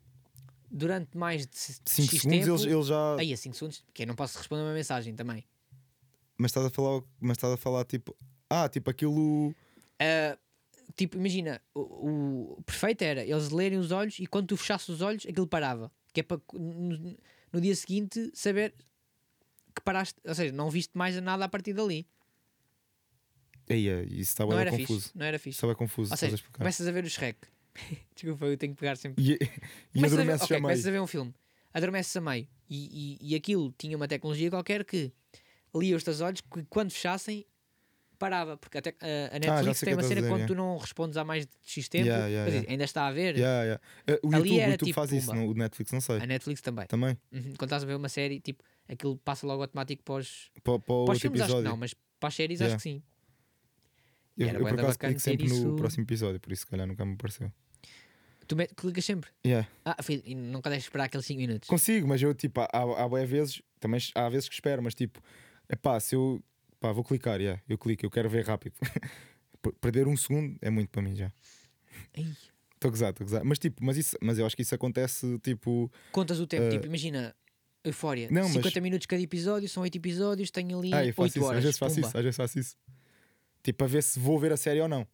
durante mais de 5 5 segundos eles, eles já. Aí, a 5 segundos, que eu não posso responder uma mensagem também. Mas estás a falar, mas estás a falar tipo. Ah, tipo aquilo. Ah, tipo, imagina, o, o perfeito era eles lerem os olhos e quando tu fechasses os olhos, aquilo parava. Que é para co- no, no dia seguinte saber que paraste, ou seja, não viste mais nada a partir dali. Aí, é, isso está não bem era confuso. fixe. Não era fixe. Está bem confuso. ou estás a seja, explicar. começas a ver o Shrek. Desculpa, eu tenho que pegar sempre. E, e começas, a ver, adormeces ok, já meio. começas a ver um filme, adormeces a meio e, e, e aquilo tinha uma tecnologia qualquer que lia os teus olhos que quando fechassem parava, porque até, a, a Ah, já Netflix sei tem o que uma estás a cena dizer, quando yeah. tu não respondes há mais de X tempo, Yeah, yeah, quer dizer, yeah. ainda está a ver, Yeah, yeah. Eh, o Ali YouTube, o era YouTube tipo, faz isso, pumba. não, o Netflix não sei. a Netflix também. Também. Uhum, Quando estás a ver uma série, tipo, aquilo passa logo automático para os, Para, para o para outro os filmes, acho que episódio. não, mas para as séries Yeah. acho que sim. eu, Era eu bué por da acaso bacana clico sempre ter no isso. próximo episódio, por isso se calhar nunca me apareceu. Tu me- clicas sempre. Yeah. Ah, foi, e nunca deixes esperar aqueles 5 minutos. Consigo, mas eu tipo, há, há, há bué vezes, também há vezes que espero, mas tipo, é pá, se eu pá, vou clicar, yeah, eu clico, eu quero ver rápido. Per- Perder um segundo é muito para mim já. Ei. Estou a gozar, estou a gozar. Mas tipo, mas, isso, mas eu acho que isso acontece tipo. Contas o tempo, Eh, tipo, imagina, Eufória, não, mas- 50 minutos cada episódio, são 8 episódios, tenho ali Ah, eu 8 faço isso, horas. às vezes faço pumba, isso, é. às vezes faço isso. Tipo, a ver se vou ver a série ou não.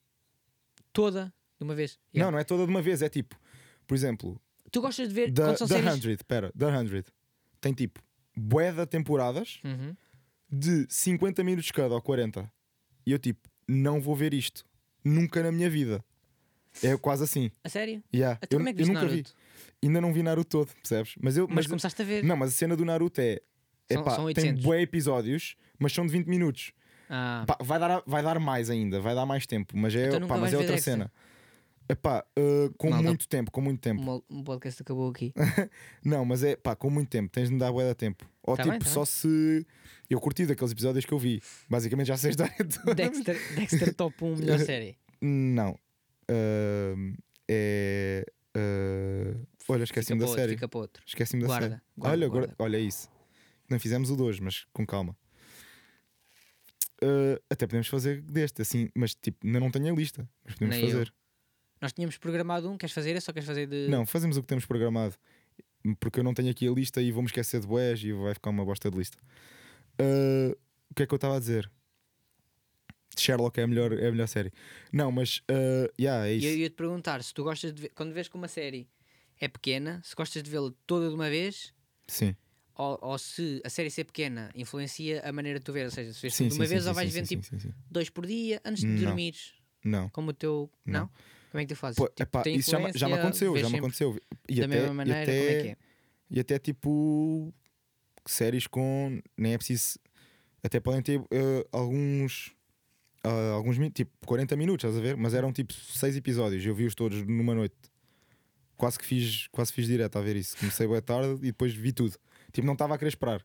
Toda, de uma vez. Não, Yeah. não é toda de uma vez, é tipo, por exemplo, Tu gostas de ver The, Eh, quando são The séries. 100, pera, The 100 tem tipo, boeda temporadas Uhum. de 50 minutos cada ou 40. E eu tipo, não vou ver isto. Nunca na minha vida. É quase assim. A sério? Yeah. Até Eu, como é que eu viste nunca Naruto? vi. Ainda não vi Naruto todo, percebes? Mas eu. Mas, começaste a ver. Não, mas a cena do Naruto é. São- epá, são tem 800. bué episódios, mas são de 20 minutos. Ah, Pá, vai, dar, vai dar mais ainda, vai dar mais tempo, mas é, Então nunca pá, mas vais é ver outra Dexter? cena. Epá, uh, com Malta. muito tempo, com muito tempo. o um podcast acabou aqui. Não, mas é pá, com muito tempo, tens de me dar bué da tempo. Ou Tá tipo, bem, tá só se eu curti daqueles episódios que eu vi. Basicamente já sei a história toda. Dexter, Dexter top 1 melhor série. Não. Ahm, é. ah, olha, Fica esqueci-me para da outro, série. fica para outro. Esqueci-me da Guarda, série. guarda, olha, guarda. guarda- olha é isso. Não fizemos o de hoje, mas com calma. Ah, até podemos fazer deste, assim, mas tipo, ainda não tenho a lista. Mas podemos Nem eu. fazer. Nós tínhamos programado um, queres fazer esse ou queres fazer de. Não, fazemos o que temos programado. Porque eu não tenho aqui a lista e vou-me esquecer de boés e vai ficar uma bosta de lista. Ah, o que é que eu estava a dizer? Sherlock é a melhor, é a melhor série. Não, mas. ah, yeah, é E isso. eu ia te perguntar se tu gostas de ver. Quando vês que uma série é pequena, se gostas de vê-la toda de uma vez Sim. ou, ou se a série ser pequena influencia a maneira de tu ver. Ou seja, se vês Sim, tudo de uma sim, vez sim, ou sim, vais sim, vendo sim, tipo sim, sim. dois por dia antes de Não. dormires. Não. Como o teu. Não? Não. Como é que tu fazes? Pô, Tipo, epá, tem isso já, me- já me influência, aconteceu, vês já me sempre aconteceu. E Da até, mesma maneira, e como até, é que é? E até tipo. Séries com. Nem é preciso. Até podem ter eh, alguns. ah, alguns minutos, tipo 40 minutos, estás a ver? Mas eram tipo 6 episódios, eu vi-os todos numa noite. Quase que fiz, quase fiz direto a ver isso. Comecei boa tarde e depois vi tudo. Tipo, não estava a querer esperar.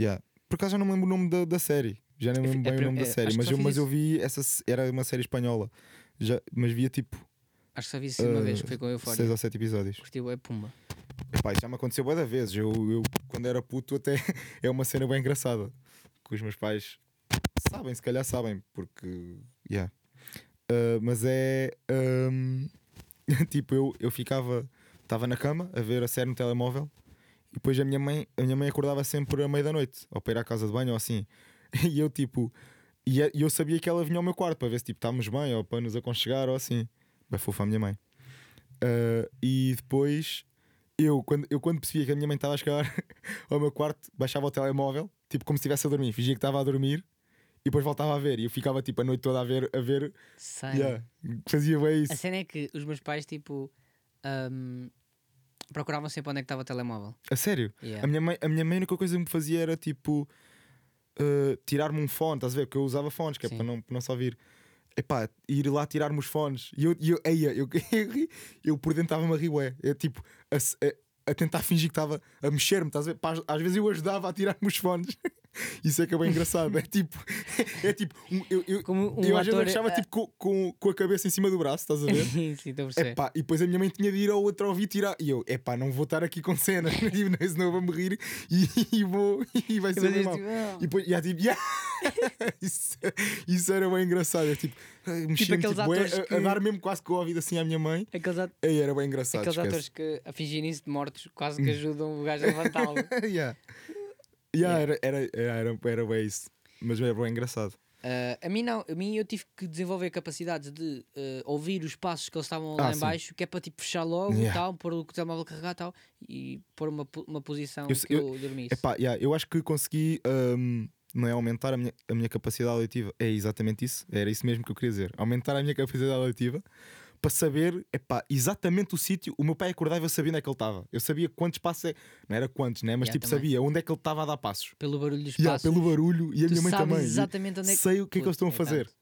Yeah. Por acaso já não me lembro o nome da, da série. Já não me É fi- lembro é bem o prim- nome da é, série, acho que mas só eu, fiz mas eu isso. vi essa se- era uma série espanhola. Já, mas via tipo Acho que só vi isso uma Ah, vez, que foi com a 6 Eufória. ou 7 episódios. Curtiu, é pumba. Pá, isso já me aconteceu boa vezes. Eu, eu, quando era puto, até é uma cena bem engraçada. Que os meus pais sabem, se calhar sabem, porque. Yeah. Ah, mas é. ahm, tipo, eu, eu ficava. Estava na cama a ver a série no telemóvel e depois a minha mãe, a minha mãe acordava sempre à meia da noite, ou para ir à casa de banho ou assim. E eu, tipo. E a- e eu sabia que ela vinha ao meu quarto para ver se tipo, estávamos bem ou para nos aconchegar ou assim. Bem fofa a minha mãe. Ah, e depois eu quando, eu, quando percebia que a minha mãe estava a chegar ao meu quarto, baixava o telemóvel, tipo como se estivesse a dormir, fingia que estava a dormir e depois voltava a ver. E eu ficava tipo a noite toda a ver, a ver. Sem. Yeah, fazia bem A isso. cena é que os meus pais, tipo, ahm, procuravam sempre onde é que estava o telemóvel. A sério. Yeah. A, minha mãe, a minha mãe a única coisa que me fazia era tipo eh, tirar-me um fone, estás a ver? Porque eu usava fones, que é Sim. para não, para não só vir. Epá, ir lá tirar-me os fones. E eu, e eu, eia, eu, eu, ri- eu por dentro estava-me a rir, ué. Eu, tipo, a, se- a- a tentar fingir que estava a mexer-me, estás a ver? Pá, às- às vezes eu ajudava a tirar-me os fones. Isso é que é bem engraçado. É tipo, é tipo, um- eu, eu, Como um eu às vezes ator. achava ah, tipo, com, com, com a cabeça em cima do braço, estás a ver? Sim, estou a perceber. Epá, e depois a minha mãe tinha de ir ao outro ouvir tirar. E eu, epá, não vou estar aqui com cenas, tipo, senão eu vou morrer e, e vou e vai E ser bem vocês, mal. tipo, E ah. depois, yeah, tipo, yeah. isso, isso era bem engraçado. Eu, tipo, mexendo, aqueles tipo, bué, atores a, a que- dar mesmo quase com o ouvido assim à minha mãe. "Ah, Aqueles, at- Aí era bem engraçado. aqueles esquece. atores que a fingirem-se de mortos quase que Hum. ajudam o gajo a levantá-lo. yeah. Yeah, Era, era, era, era, era bem isso. Mas era bem engraçado. Ah, a mim não, a mim eu tive que desenvolver capacidades de ah, ouvir os passos que eles estavam lá Ah, em sim. baixo, que é para tipo fechar logo e Yeah. tal, pôr o telemóvel carregar e tal, e pôr uma, po- uma posição Eu eu, se- que eu- eu, dormisse. Epá, yeah, eu acho que consegui hum, não é, aumentar a minha, a minha capacidade auditiva. É exatamente isso. Era isso mesmo que eu queria dizer. Aumentar a minha capacidade auditiva para saber epá, exatamente o sítio. O meu pai acordava e eu sabia onde é que ele estava. Eu sabia quantos passos é. Não era quantos, né? mas Yeah, tipo também. sabia onde é que ele estava a dar passos. Pelo barulho dos Yeah, passos. pelo barulho e a tu minha mãe sabes também. E exatamente onde é que- Sei o que é que eles estão a Puto, é fazer. tanto.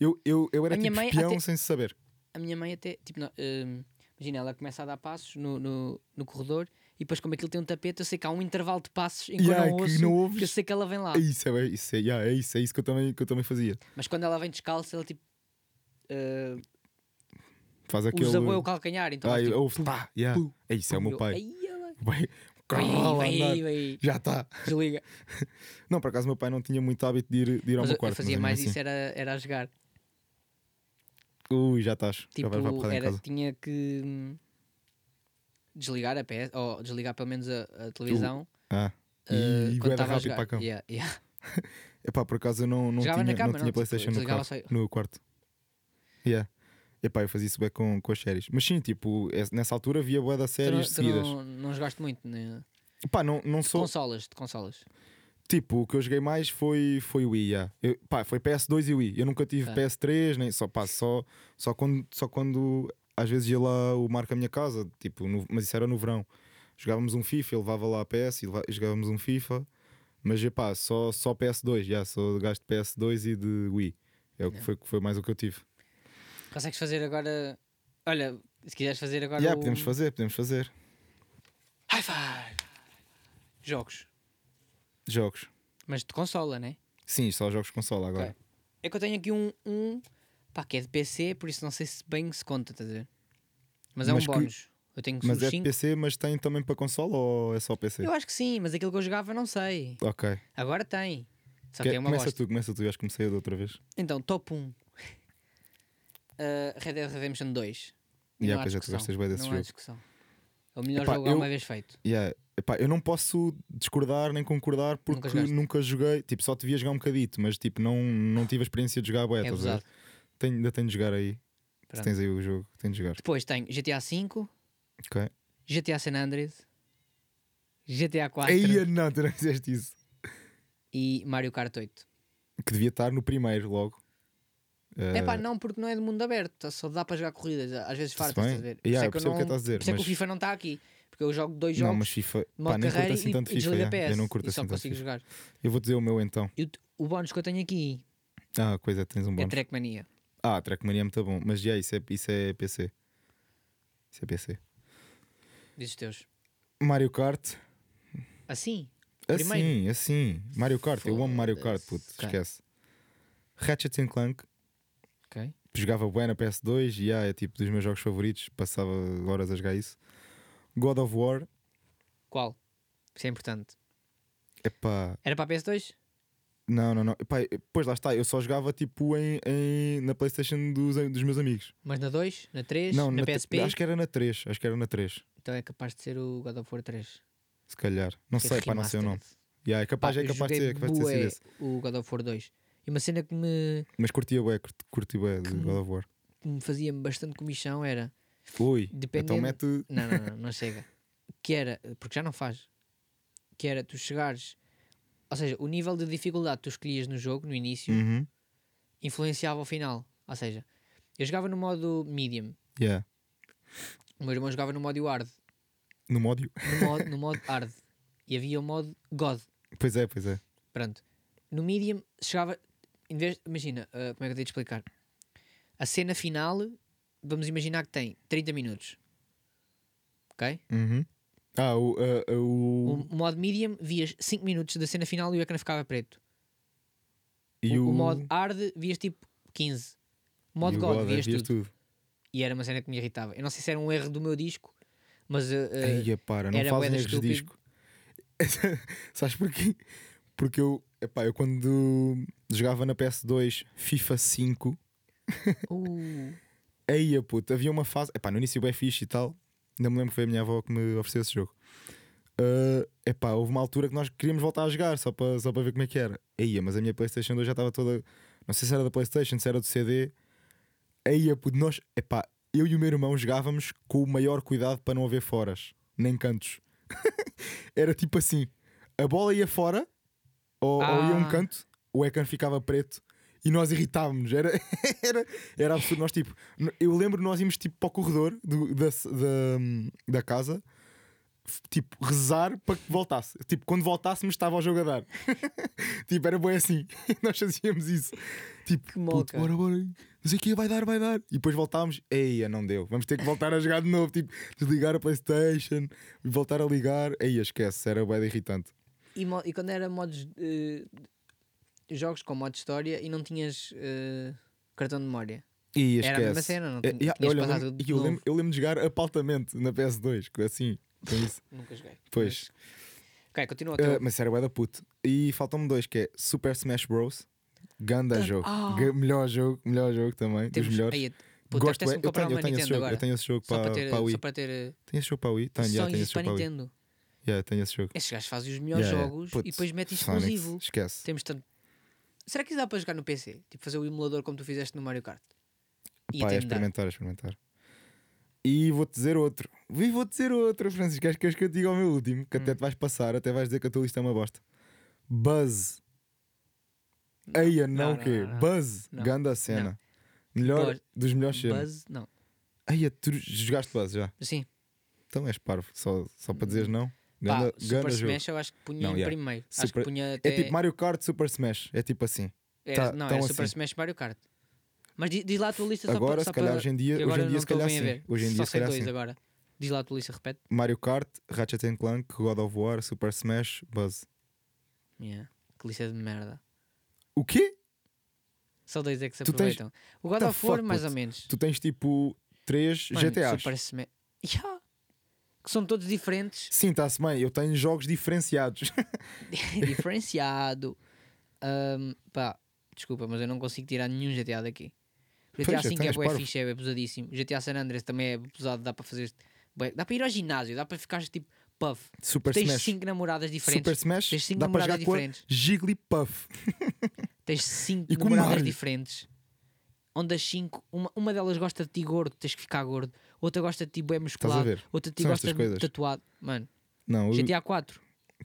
Eu, eu, eu era A minha tipo mãe espião até- sem saber. A minha mãe até, tipo, não, hum, imagina, ela começa a dar passos no, no, no corredor e depois, como aquilo tem um tapete, eu sei que há um intervalo de passos em que Yeah, eu não que ouço, não que eu ouves. sei que ela vem lá. É isso, é, bem- isso, é, yeah, é isso, é isso que eu também, que eu também fazia. Mas quando ela vem descalça, ela tipo. ah, Faz aquele. usa bem o calcanhar, então Ah, ela, tipo, eu- pá, yeah. pum, É isso, é o meu eu- pai. Aí ela. Vai- Vai aí, Cala, vai aí, andar. vai aí. Já está. Desliga. Não, por acaso meu pai não tinha muito hábito de ir, de ir ao Mas meu eu, quarto. eu fazia mas assim, mais mesmo isso, era, era a jogar. assim. Ui, já estás. já Tipo, vais para a porrada em era, casa. tinha que hum, desligar a PS, ou desligar pelo menos a, a televisão. Ah. ah, E quando era estava a rápido jogar. para a cama. Yeah, yeah. Epá, por acaso eu não, não tinha, Jogava na cama, não tinha não, Playstation no desligava quarto, no quarto. Yeah. Epá, eu fazia isso bem com, com as séries. Mas sim, tipo, é- nessa altura havia boa das Tu, não, séries tu seguidas. não, não jogaste muito né? Epá, não, não de sou. consolas, de consolas. Tipo, o que eu joguei mais foi, foi o Wii. yeah. Eu- pá, foi PS2 e Wii. Eu nunca tive Ah. PS3, nem só, pá, só, só, quando, só quando às vezes ia lá o Marco à minha casa, tipo, no- mas isso era no verão. Jogávamos um FIFA, eu levava lá a PS e leva- e jogávamos um FIFA, mas eh, pá, só, só PS2, já sou gasto de PS2 e de Wii. É o que foi, foi mais o que eu tive. Consegues fazer agora. Olha, se quiseres fazer agora. Yeah, o... podemos fazer, podemos fazer. High five! Jogos. Jogos. Mas de consola, né? Sim, só jogos de consola agora. Ok. É que eu tenho aqui um, um. Pá, que é de PC, por isso não sei se bem se conta, estás a ver? Mas é Mas um que- bónus. Eu tenho Mas uns é de cinco. PC, mas tem também para consola ou é só PC? Eu acho que sim, mas aquilo que eu jogava não sei. Ok. Agora tem. Só que, Que- é uma começa bosta. tu, começa tu, eu acho que comecei a da outra vez. Então, top 1. Uh, Red Dead Redemption 2. E Yeah, não há pois é, tu discussão. gostas bem desse não há jogo. discussão. É o melhor Epá, jogo eu- alguma vez feito. Yeah. Epá, eu não posso discordar nem concordar porque nunca, jogaste. joguei. Tipo, só devia jogar um bocadito, mas tipo, não, não tive a experiência de jogar a É boeta. abusado. tenho, ainda tenho de jogar aí. Se Pronto. tens aí o jogo, tenho de jogar. Depois tenho GTA V, Ok. GTA San Andreas, GTA 4 Aí é- não, tu não fizeste isso. e Mario Kart 8. Que devia estar no primeiro logo. É Eh, pá, não, porque não é de mundo aberto, só dá para jogar corridas. Às vezes fartas, estás a ver? Por isso Yeah, é eu percebo o que não- estás a dizer. por isso é que mas- o FIFA não está aqui. Porque eu jogo dois não, jogos, mas FIFA. modo Pá, nem curto carreira assim e, tanto e FIFA. desliga yeah. PS. Eu não curto e assim só tanto consigo FIFA. jogar. Eu vou dizer o meu então. E o, o bónus que eu tenho aqui Ah, coisa, tens um É bónus. Trackmania. Ah, Trackmania é muito bom. Mas já, isso, é, isso é PC. Isso é PC. Diz os teus. Mario Kart. Assim? Assim, Primeiro. assim. Mario Kart. Eu amo Mario Kart, puto. Foda-se. Ok. Esquece. Ratchet and Clank. Ok. Jogava bem na PS2 e ah, é tipo dos meus jogos favoritos. Passava horas a jogar isso. God of War. Qual? Isso é importante. Epá. Era para a PS2? Não, não, não. Epá, pois lá está. Eu só jogava tipo em, em- na PlayStation dos, dos meus amigos. Mas na 2? Na 3? não, na, na PSP? Acho que era na 3. Acho que era na 3. Então é capaz de ser o God of War 3. Se calhar. Não que é sei, pá, não sei o nome. remastered. Yeah, é capaz, Pá, é eu capaz de joguei ser, é capaz de ter sido bué esse. O God of War 2. E uma cena que me, Mas curtia bué, curti, curti bué de Que- God of War. que me fazia bastante comichão era. Ui, então Dependendo- mete Não, não, não, não chega. Que era, porque já não faz. Que era tu chegares. Ou seja, o nível de dificuldade que tu escolhias no jogo, no início, Uhum. influenciava o final. Ou seja, eu jogava no modo medium, Yeah. o meu irmão jogava no modo hard, No módio. no modo, no modo hard, e havia o modo god. Pois é, pois é. Pronto. No medium chegava. Em vez, imagina, ah, como é que eu tenho de explicar? A cena final, vamos imaginar que tem 30 minutos. Ok? Uhum. Ah, o. ah, ah, o, O modo medium vias 5 minutos da cena final e o ecrã ficava preto. e o, o modo hard vias tipo 15. O modo e o God, God, é, vias tudo. E era uma cena que me irritava. Eu não sei se era um erro do meu disco, mas eh, eh, Eia, é, para, não era fazem bué de erros de disco. estúpido. Sabes porquê? Porque eu, epá, eu quando jogava na PS2 FIFA 5, uh, eia puto, havia uma fase, epá, no início bem fixe e tal, ainda me lembro que foi a minha avó que me ofereceu esse jogo. Ah, epá, houve uma altura que nós queríamos voltar a jogar só para só para ver como é que era. Eia, mas a minha PlayStation 2 já estava toda, não sei se era da PlayStation, se era do CD. Eia puto, nós, epá, eu e o meu irmão jogávamos com o maior cuidado para não haver foras, nem cantos. era tipo assim: a bola ia fora, ou, ou ia um Ah. canto, o ecrã ficava preto e nós irritávamos. Era, era, era absurdo. Nós, tipo, n- eu lembro nós íamos tipo, para o corredor do- da, s- da, hum, da casa. f- Tipo, rezar para que voltasse. Tipo, quando voltássemos, estava o jogo a dar. tipo, era bem assim. nós fazíamos isso. Tipo, Que puto, moca. bora, bora. Não sei o que, vai dar, vai dar. E depois voltávamos, eia, não deu. Vamos ter que voltar a jogar de novo. Tipo, desligar a PlayStation e voltar a ligar. Eia, esquece, era bem irritante. e, mo- e quando era modos. eh, jogos com modo história e não tinhas eh, cartão de memória. E Era a esquece. mesma cena, não É, tinha- yeah, tinhas olha, que passar lembro- tudo e de eu, lembro, novo. eu lembro de jogar Apaltamento na PS2, com- assim, com isso. Nunca joguei. Pois. Ok, continua o teu. Ah, mas era bué da puto. E faltam-me dois, que é Super Smash Bros. Ganda jogo. Ah. Ga- melhor jogo, melhor jogo também, Temos, dos melhores. Aí, puta, Gosto, apetece-me bué. eu, um comprar tenho, uma eu tenho esse Nintendo jogo, agora. eu tenho esse jogo só, para para, ter, para a Wii. só para ter. eh, Tenho esse jogo para a Wii? Tenho, só yeah, tenho esse para jogo para a Wii. Nintendo. Yeah, tenho esse jogo. Estes gajos fazem os melhores Yeah, yeah. jogos Putz, e depois metem Sonic, exclusivo. Esquece. Temos tanto. Será que isso dá para jogar no PC? Tipo fazer o emulador como tu fizeste no Mario Kart? E Pá, é até me dar. experimentar, é experimentar. E vou-te dizer outro. E vou-te dizer outro, Francisco. Queres queres que eu te diga o meu último? Que Hum. até te vais passar, até vais dizer que a tua lista é uma bosta. Buzz. Eia, não, não, o quê? não, não. Buzz. Não. Ganda cena. Melhor, Buzz. dos melhores cenas. Buzz? Não. Eia, tu jogaste Buzz já. Sim. Então és parvo. Só, só para dizeres não. Hum. Pá, Ganda, Super ganda jogo. Smash eu acho que punha Não, em yeah. primeiro. Acho Super- que punha até. É tipo Mario Kart, Super Smash. É tipo assim. era- tá- não, tão era Super assim. Smash Mario Kart. Mas di- diz, lá a tua lista só Agora, para. se só calhar, para- hoje em dia, que hoje agora em dia, não se estou calhar, bem a sim. ver. Hoje em Só dia, se sei calhar, dois sim. agora. Diz lá a tua lista, repete. Mario Kart, Ratchet and Clank, God of War, Super Smash, Buzz. Yeah. Que lista é de merda. O quê? Só dois é que se Tu tens- aproveitam. O God What the of War, fuck, mais ou puto? menos. Tu tens tipo 3 Mano, GTAs. Super Smash. Yeah. Que são todos diferentes. Sim, está-se bem. Eu tenho jogos diferenciados. diferenciado. Ahm, pá, desculpa, mas eu não consigo tirar nenhum GTA daqui. O Pois, GTA já 5 é tens, bué parvo. fixe, é bué pesadíssimo. GTA San Andreas também é pesado, dá para fazer. bué- dá para ir ao ginásio, dá para ficar tipo puff. Super tens Smash. 5 namoradas diferentes. Super Smash. Tens cinco dá para jogar namoradas diferentes. com a Jigglypuff. Tens 5 E com namoradas Mario. diferentes. Onde as 5, uma, uma delas gosta de ti gordo, tens que ficar gordo. Outra gosta de ti bué musculado. ver? Outra de ti São gosta estas de coisas. tatuado. Mano, Não, eu... GTA 4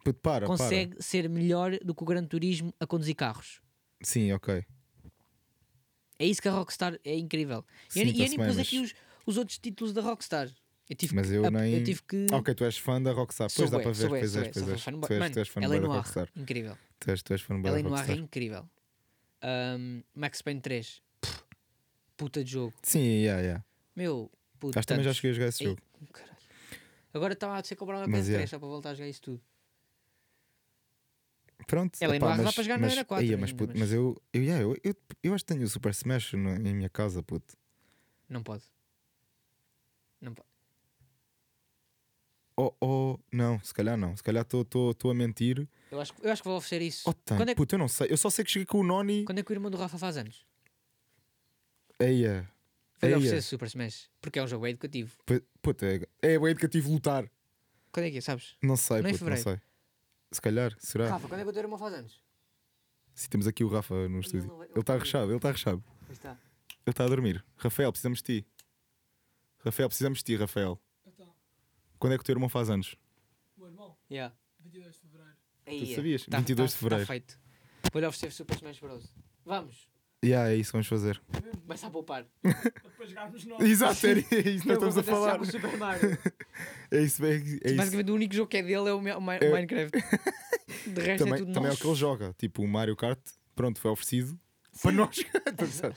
puto, para, consegue ser melhor do que o Gran Turismo a conduzir carros. para. Sim, ok. É isso que a Rockstar é incrível. E Sim, eu- e eu tá-se nem bem, pus mas- aqui os, os outros títulos da Rockstar. Eu tive Mas que, eu ap- nem- tive que. Ok, tu és fã da Rockstar. Sou Pois dá bué, para sou ver. bué, Pois é. és, sou bué, pois sou és. fanboy. Tu és- Mano, tu és fanboy Ellen da Noir, Rockstar. Incrível. Tu és, tu és fanboy Ellen da Noir é Rockstar. incrível. ahm, Max Payne 3. Pff, Puta de jogo. Sim, yeah, yeah. Meu, puta. Acho que também já cheguei a jogar esse Ei, jogo. caralho. Agora estava a ser comprar uma Mas, PS3 yeah. só para voltar a jogar isso tudo. Pronto. Ela ainda epá, lá dá mas- para jogar na mas, era quatro ia, mas, ainda, puto, mas- mas eu, eu, yeah, eu, eu, eu acho que tenho o Super Smash na- em minha casa, puto. Não pode. Não pode. Oh, oh, não, se calhar não. Se calhar estou a mentir. Eu acho, que- eu acho que vou oferecer isso. Oh, tenho, quando, é, que- puto, eu não sei. Eu só sei que cheguei com o Noni. quando é que o irmão do Rafa faz anos? Eia. Vou-lhe Eia. oferecer Super Smash. Porque é um jogo educativo. Pu- Puto, é, é bem que eu tive de lutar. Quando é que é, sabes? Não sei, Não é em puto, não fevereiro. sei. Se calhar, será? Rafa, quando é que o teu irmão faz anos? Sim, temos aqui o Rafa no não estúdio. vai- Ele está rechado, ele está rechado. Pois tá. está. Ele está a dormir. Rafael, precisamos de ti. Rafael, precisamos de ti, Rafael. Então. Quando é que o teu irmão faz anos? O irmão, Yeah. 22 de Fevereiro. Aí, sabias? tá- 22 tá- de fevereiro. tá feito. Vou-lhe oferecer Super Smash Bros. Vamos. Yeah, é isso que vamos fazer. Começa a poupar. Para jogarmos nós. Exato, era isso que Eu nós vou estamos a potenciar falar. o Super Mario. É isso, é, isso- é isso. Basicamente, o único jogo que é dele é o, Mi- o Mi- o É. Minecraft. De resto, é Também, tudo também é o nosso. que ele joga. Tipo, o Mario Kart, pronto, foi oferecido para nós. Tô a gozar.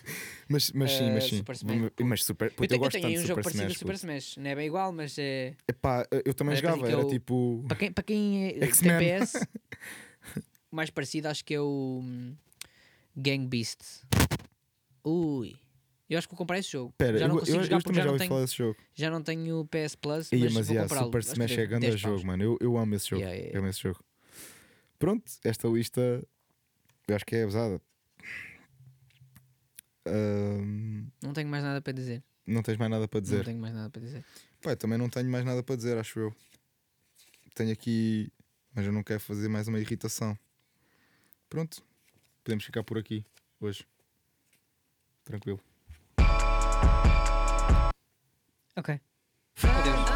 mas, mas sim, mas Eh, sim. Super Smash. Mas super. puto, Eu, eu, tenho- eu gosto tenho tanto aí de um Super jogo parecido Smash. ao Super puto. Smash. Não é bem igual, mas é. Epá, eu também Olha, jogava, parece que era é o- tipo. Para quem, para quem é, tem X-Men. PS, o mais parecido acho que é o hum, Gang Beasts. Ui. Eu acho que vou comprar esse jogo. Pera, já eu, não eu, consigo eu jogar porque também já já não, ouvi tenho, falar desse jogo. já não tenho PS Plus, Ia, mas, mas vou yeah, comprá-lo. Super Acho que Smash deve é grande 10 jogo, paus. mano. Eu, eu amo esse jogo. Yeah, yeah, Eu amo esse jogo. Pronto, esta lista eu acho que é abusada. Ahm, Não tenho mais nada para dizer. não tens mais nada para Não dizer. tenho mais nada para dizer. Pá, eu também não tenho mais nada para dizer, acho eu. Tenho aqui, mas eu não quero fazer mais uma irritação. Pronto, podemos ficar por aqui hoje. Tranquilo. Ok. Adeus.